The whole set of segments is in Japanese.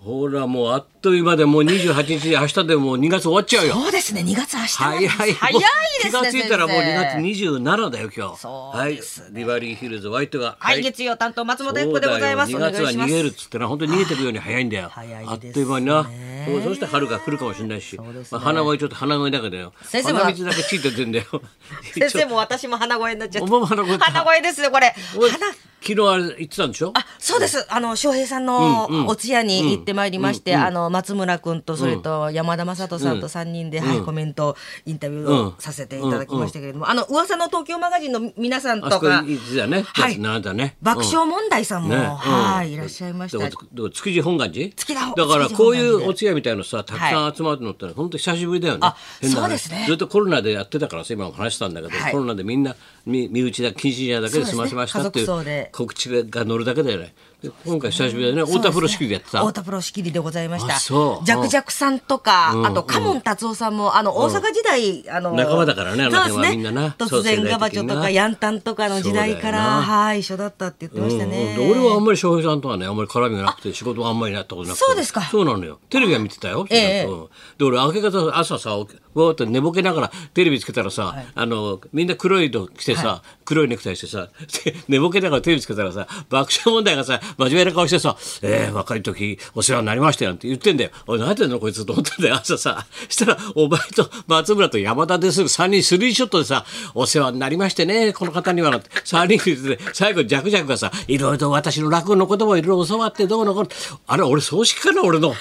ほらもうあっという間でもう28日明日でもう2月終わっちゃうよそうですね、2月明日なん早でいす早い 早いですね。もう気がついたらもう2月に。 27だよ今日そうではすねいリバリーヒルズホワイトがはい、月曜担当松本英子でございます。そうお願だいよ2し月まは逃す。げるっつってな本当に逃げていくように早いんだよ早いあっですねという間になそうそうして春が来るかもしれないし、そうですねまあ、花声ちょっと花声だけだよ先生も花道だけついててんだよ 先生も私も鼻声になっちゃっおた。前も鼻声だった 鼻声ですね、これ。おい鼻。昨日あれ言ってたんでしょあ、そうです。あの、翔平さんのお通夜に行ってまいりまして、あの、松村君と、それと山田雅人さんと3人で、はい、コメント、インタビューをさせていただきましたけれども、あの、噂の東京マガジンの皆さんとあそこか、にいつだね、はいなんだね爆うん笑問題さんも、ねはうんい、いらっしゃいましたど。こどこ築地本願寺築地本だから築地こ本うい願寺でうお通夜みたいのさたくさん集まるのってのは本当久しぶりだよねあ変な話そうですねずっとコロナでやってたからさ今も話したんだけど、はいコロナでみんな身身内だ近親者だけで済ませましたっていそうですね家族葬でう告知が載るだけだよねで今回久しぶりだよね太田風呂式でやってた太田プロ仕切りでございました。あそうジャクジャクさんとか、あとカモン達夫さんも、あの大阪時代、あの。仲間だからねあのそうです辺はみんねなな突然ガバチョそう世代的とか、になヤンタンとかの時代そうだから、よなはい、一緒だったって言ってましたね。うんうんで俺はあんまり翔平さんとはねあんまり絡みがなくて仕事はあんまりなったことなくてそうですかそうなのよテレビは見てたよ、ええうんで俺明け方朝さ起きぼーっと寝ぼけながらテレビつけたらさ、あのみんな黒いの着てさ、黒いネクタイしてさ で寝ぼけながらテレビつけたらさ爆笑問題がさ真面目な顔してさ「ええ若い時お世話になりましたよ」なんて言ってんだよ「おい何やってんのこいつ」と思ったんだよ朝さしたらお前と松村と山田です3人スリーショットでさ「お世話になりましてねこの方には」なんて3人で最後にジャクジャクがさ「いろいろと私の落語のこともいろいろ教わってどうのこうの」あれ俺葬式かな俺の。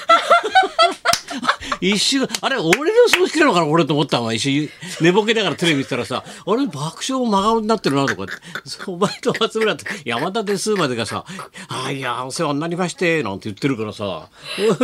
一瞬あれ俺の葬式なのかな俺と思ったのは一瞬寝ぼけながらテレビ見てたらさあれ爆笑真顔になってるなとかってそうお前と松村って山田ですまでがさ「あいやお世話になりまして」なんて言ってるからさ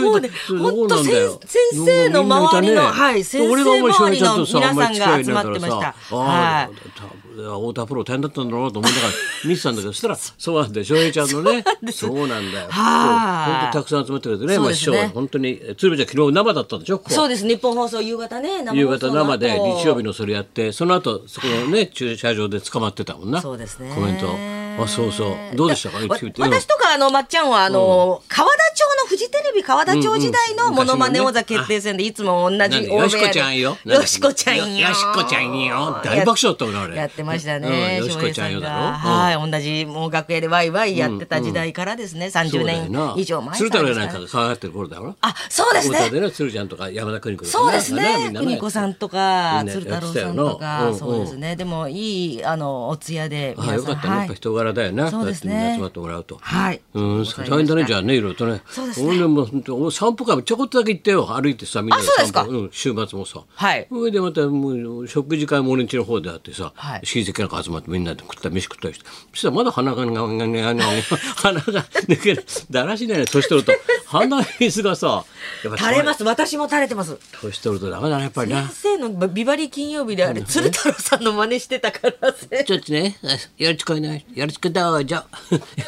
もうねそうほんとそうなんだよ先先生の周りみのんないたはい先生俺があんまり翔平ちゃんとさ周りのあんまり近い皆さんが集まってましたないからさはいあー太田プロ大変だったんだろうなと思いながら見てたんだけどそ したらそうなんだよ翔平ちゃんのねそうなんだよはい本当たくさん集まってくれてねそうまあで師匠すねは本当にえ鶴瓶ちゃん昨日生だったんでしょここそうです。日本放送夕方ね、生夕放送方の後生で日曜日のそれやってその後そこのね駐車場で捕まってたもんなそうですね。コメントあそうそうどうでしたかわ言ってみて私とかあのまっちゃんはあの、川田町のフジテレビ川田町時代のモノマネ王座決定戦でいつも同なじんで大部屋よでしこちゃんよよしこちゃんよよよしこちゃんよ大爆笑だったもんな俺やってましたね。うんよしこちゃんよだろ翔平さんがはい、同じもう学園でワイワイやってた時代からですね、三十そうだよ年な以上前鶴か太らで郎すかならんかが輝ってる頃だろあ、そうです太田ね。でね鶴ちゃんとか山田邦子とかそうですね。みんな邦子さんとか、みん鶴なや太って郎たさよんなとうか、んそうですね。でも、いい、あの、お通夜で。あ皆さんあよかったねやっぱ人柄だよなそうですねこうやってみんな集まってもらうとはい。うん、大変だね、じゃあね、いろいろとね。そうですね俺も本当、俺散歩会もちょこっとだけ行ったよ、歩いてさ、みんなあそうですか散歩うん、週末もさ。はいそれでまた、もう、食事会も俺んちの方であってさ、はい親戚なんか集まってみんなで食ったり飯食ったりして。そしたらまだ鼻が、ががががが鼻が抜けない。だらしないね、年取ると。鼻水がさ、やっぱ垂れます。私も垂れてます。年取るとダメだね、やっぱり先な。生のビバリー金曜日であれ、鶴太郎さんの真似してたからね。ちょっとね、よろしくお願い、よろしくどうぞ。 よ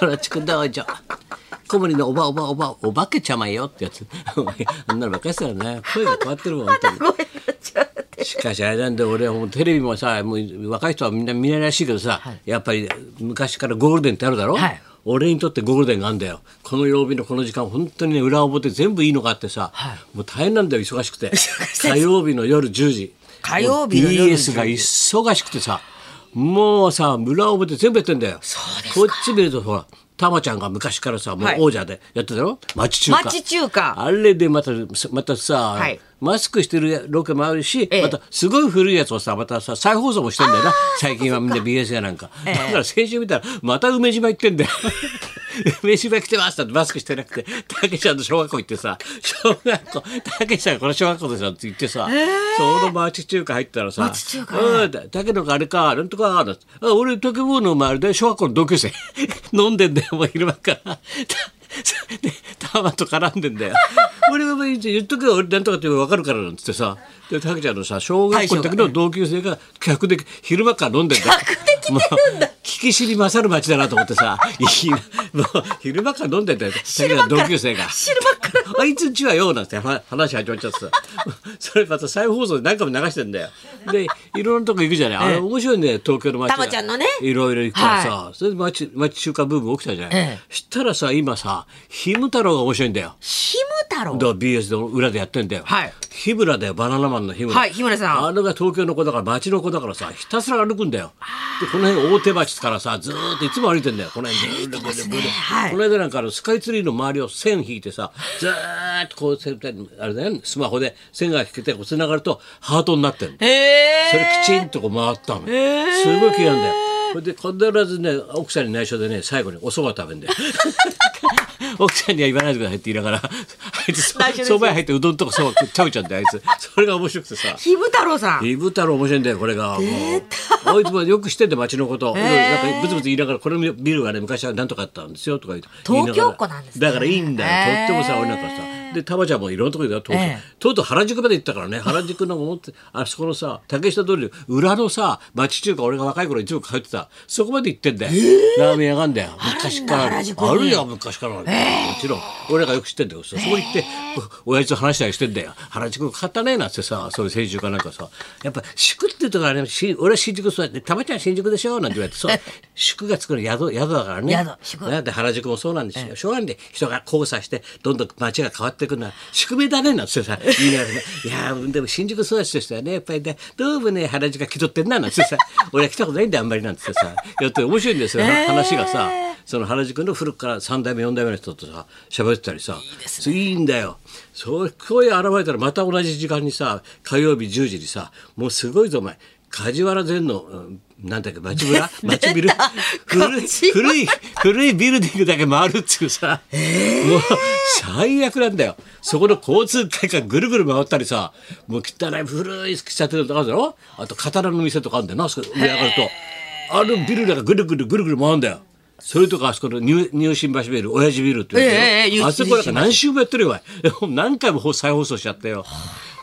ろしくどうぞ。小森のおばおばおば、おばけちゃまよってやつ。あんなのばっかりしたらね、声が変わってるもん、本当に。 ごめんなちゃって。しかしあれなんで俺はもうテレビもさもう若い人はみんな見ないらしいけどさ、やっぱり昔からゴールデンってあるだろ、はい俺にとってゴールデンがあるんだよこの曜日のこの時間本当にね裏表全部いいのがあってさ、もう大変なんだよ忙し くて火曜日の夜10時火曜日の夜もう10時 BS が忙しくてさもうさ裏表全部やってんだよこっち見るとほらたまちゃんが昔からさもうはい王者でやってたろ町中華町中華あれでまたまたさ、はいマスクしてるロケもあるし、ええまたすごい古いやつをさまたさ再放送もしてんだよな最近はみんな BS やなんか、ええだから先週見たらまた梅島行ってんだよ 梅島来てますだってマスクしてなくてたけちゃんの小学校行ってさ小学校たけちゃんこの小学校でさって言ってさ、その町中華入ったらさ町中華うんだだけどあれかなんとかだってあ俺竹坊の周りで小学校の同級生 飲んでんだよもう昼間から たでタマと絡んでんだよ 俺が言って言っとくよ俺なんとかって分かるからなんつってさで竹ちゃんのさ小学校の時の同級生が客で昼間から飲んでんだよ客で来てるんだ聞き知り勝る町だなと思ってさいいなもう昼間から飲んでんだよ竹ちゃんの同級生がシルバック。 あいつんちはよなんて話話始まっちゃってさ それまた再放送で何回も流してんだよでいろんなとこ行くじゃないあれ面白いんだよ東京の街がたまちゃんのねいろいろ行くからさ、それで町町中華ブーム起きたじゃない、ええしたらさ今さひむ太郎が面白いんだよひむ太郎だから BS の裏でやってんだよ、はい日村だよバナナマンの日村はい日村さんあれが東京の子だから町の子だからさひたすら歩くんだよでこの辺大手町からさずーっといつも歩いてんだよこの辺ずーっとこねはいこの間なんかあのスカイツリーの周りを線引いてさずーっとこう線あれだよねスマホで線が引けてこう繋がるとハートになってるのへえそれきちんとこう回ったの、ーすごい綺麗なんだよそれで必ずね奥さんに内緒でね最後にお蕎麦食べん だよ奥さんには言わないでくださいって言いながらあいつそ内緒です蕎麦屋入ってうどんとか蕎麦食食べちゃうんだよあいつそれが面白くてさ日ぶ太郎さんイブ太郎面白いんだよこれがもうあいつもよく知ってんだよ町のこと、なんかブツブツ言いながらこのビルはね昔はなんとかあったんですよとか言って東京っ子なんですね言いながらだからいいんだよ、へーとってもさ俺なんかさでタマちゃんもいろんなとこ行くよ東京、ええとうとう原宿まで行ったからね原宿の思ってあそこのさ竹下通りの裏のさ町中華俺が若い頃いつも通ってたそこまで行ってんだよ、ラーメン屋があんだよ昔から原宿にあるよ昔からなんだよもちろん俺がよく知ってんだけどさそこ行ってお親父と話したりしてんだよ原宿買ったねなんてさそういう先週かなんかさやっぱ宿っていうとこあれし俺は新宿育ってたまちゃん新宿でしょなんて言われてそう宿が作る宿宿だからね宿宿だって原宿もそうなんですよしょうがないんで人が交差してどんどん街が変わっていくのは宿命だねなんてさ言いながらねいやーでも新宿育ちとしてはねやっぱりねどうもね原宿が気取ってんななんてさ 俺は来たことないんだよあんまりなんてさやって面白いんですよ話がさ。その原宿の古くから3代目4代目の人とさ喋ってたりさいいいんだよそうこういう現れたらまた同じ時間にさ火曜日10時にさもうすごいぞお前梶原善の、うんなんだっけ町 村町ビル古い梶古い古いビルディングだけ回るっていうさ、もう最悪なんだよそこの交通会館ぐるぐる回ったりさもう汚い古い喫茶店とかあるだろあと刀の店とかあるんだよなあそこ上上がるとあのビルだからぐるぐるぐるぐる回るんだよそれとかあそこのニューニュー新橋ビル親父ビルっていうのええええあそこだから何週もやってるよお前 でも何回も再放送しちゃったよ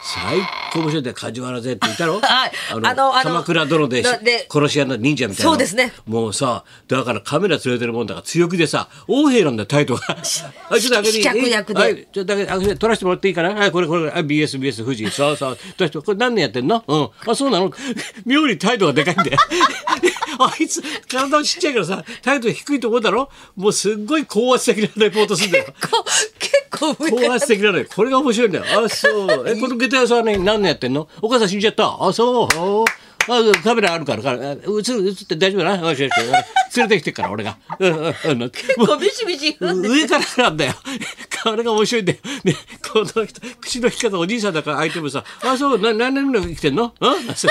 最高面白いんだよ梶原勢って言ったろ はいあのあの鎌倉殿でしで殺し屋の忍者みたいなそうですねもうさだからカメラ連れてるもんだから強気でさ王兵なんだよタイト があちょっと開けていい試着役ではいちょっと開けて開けて撮らせてもらっていいかなはいこれこれあ BSBS 富士そうそう撮らせてこれ何年やってんのうんあそうなの 妙に態度がでかいんだよ あいつ体はちっちゃいからさ態度低いと思うだろもうすっごい高圧的なレポートするんだよこ結構上から高圧的なのよ。これが面白いんだよ。あ、そう。え、この下駄屋さんね、何年やってんのお母さん死んじゃった。あ、そう。あカメラあるから、カメラあ映る、映って大丈夫だな。よしよしよし連れてきてっから、俺が。うんうんうんなんてもうこうビシビシ言うんで上からなんだよ。これが面白いんだよ。ね、この人、口の引き方おじいさんだから相手もさ、あ、そう、な何年目の生きてんのうんなんてさ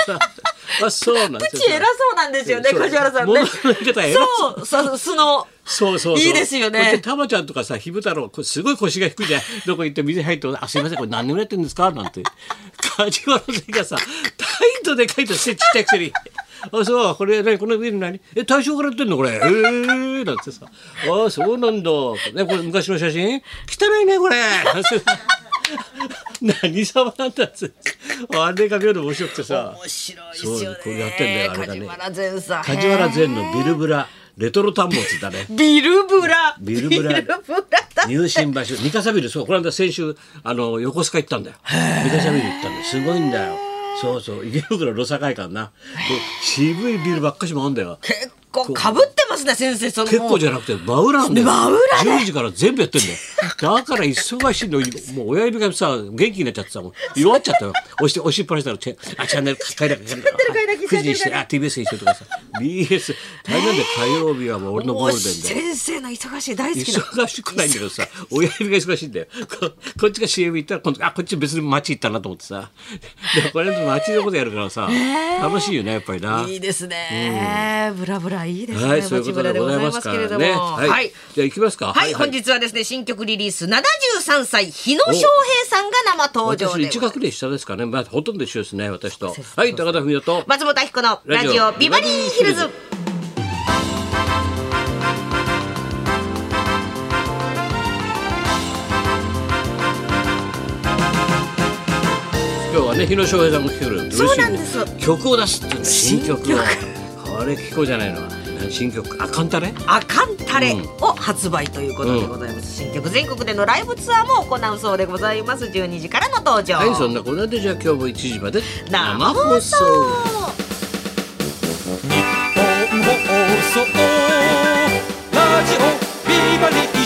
あ、そうなんプチ偉そうなんですよねそう梶原さん物ねの言い方偉そそうそう素のそうそうそういいですよねこうやってタマちゃんとかさ、ひぶ太郎、こうすごい腰が低いじゃん。どこ行って水入って、あ、すいません、これ何年ぐらいやってんですかなんて。梶原先がさ、態度でかいとしてちっちゃいくせに。あ、そう、これ、何このビル何え、大正からやってんのこれ。えー、なんてさ。あ、そうなんだ。ね、これ昔の写真汚いね、これ。 なんてさ何様なんだっつって。あれが妙で面白くてさ。面白いですよそうねこれやってんだよあれがね梶原善さん梶原善のビルブラ、レトロ端末だね。ビルブラビルブラビルブラだ入信橋三笠ビルそうこの間先週あの横須賀行ったんだよ三笠ビル行ったんだよすごいんだよそうそう池袋の坂会館なで渋いビルばっかしもあんだよ結構かぶってますね先生その結構じゃゃなくて真裏なんだよ真裏10時から全部やってんだよだから忙しいのにもう親指がさ元気になっちゃってさもう弱っちゃったよ押して押しっぱなしたらチェあチャンネル変えなきゃいけない変えなきゃ9時にしてあ TBS にしてとかさ BS 大変なんだよ火曜日はもう俺のゴールデンだよ先生の忙しい大好きな忙しくないんだけどさ親指が忙しいんだよここっちが CM 行ったら今度あこっち別に街行ったなと思ってさでこれ街のことやるからさ、楽しいよねやっぱりないいですね、ブラブラいいですね、はいそういうことでございますからねはい、はいじゃあ行きますかはい、本日はですね新曲リリース73歳日野翔平さんが生登私場ので一学年下ですからね、まあ、ほとんど一緒ですね私とはい高田文夫と松本彦のラジオビバリーヒルズ今日はね日野翔平さんも来てくれるんでそう嬉しいなんです曲を出すっていうね新曲を新曲これ聞こうじゃないのは新曲あカンタレアカンタレを発売ということでございます、新曲全国でのライブツアーも行うそうでございます12時からの登場、はいそんなこんなでじゃあ今日も1時まで生放送日本放送ラジオビバリー